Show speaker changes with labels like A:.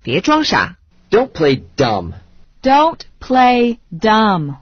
A: 别装傻。
B: Don't play dumb.
C: Don't play dumb.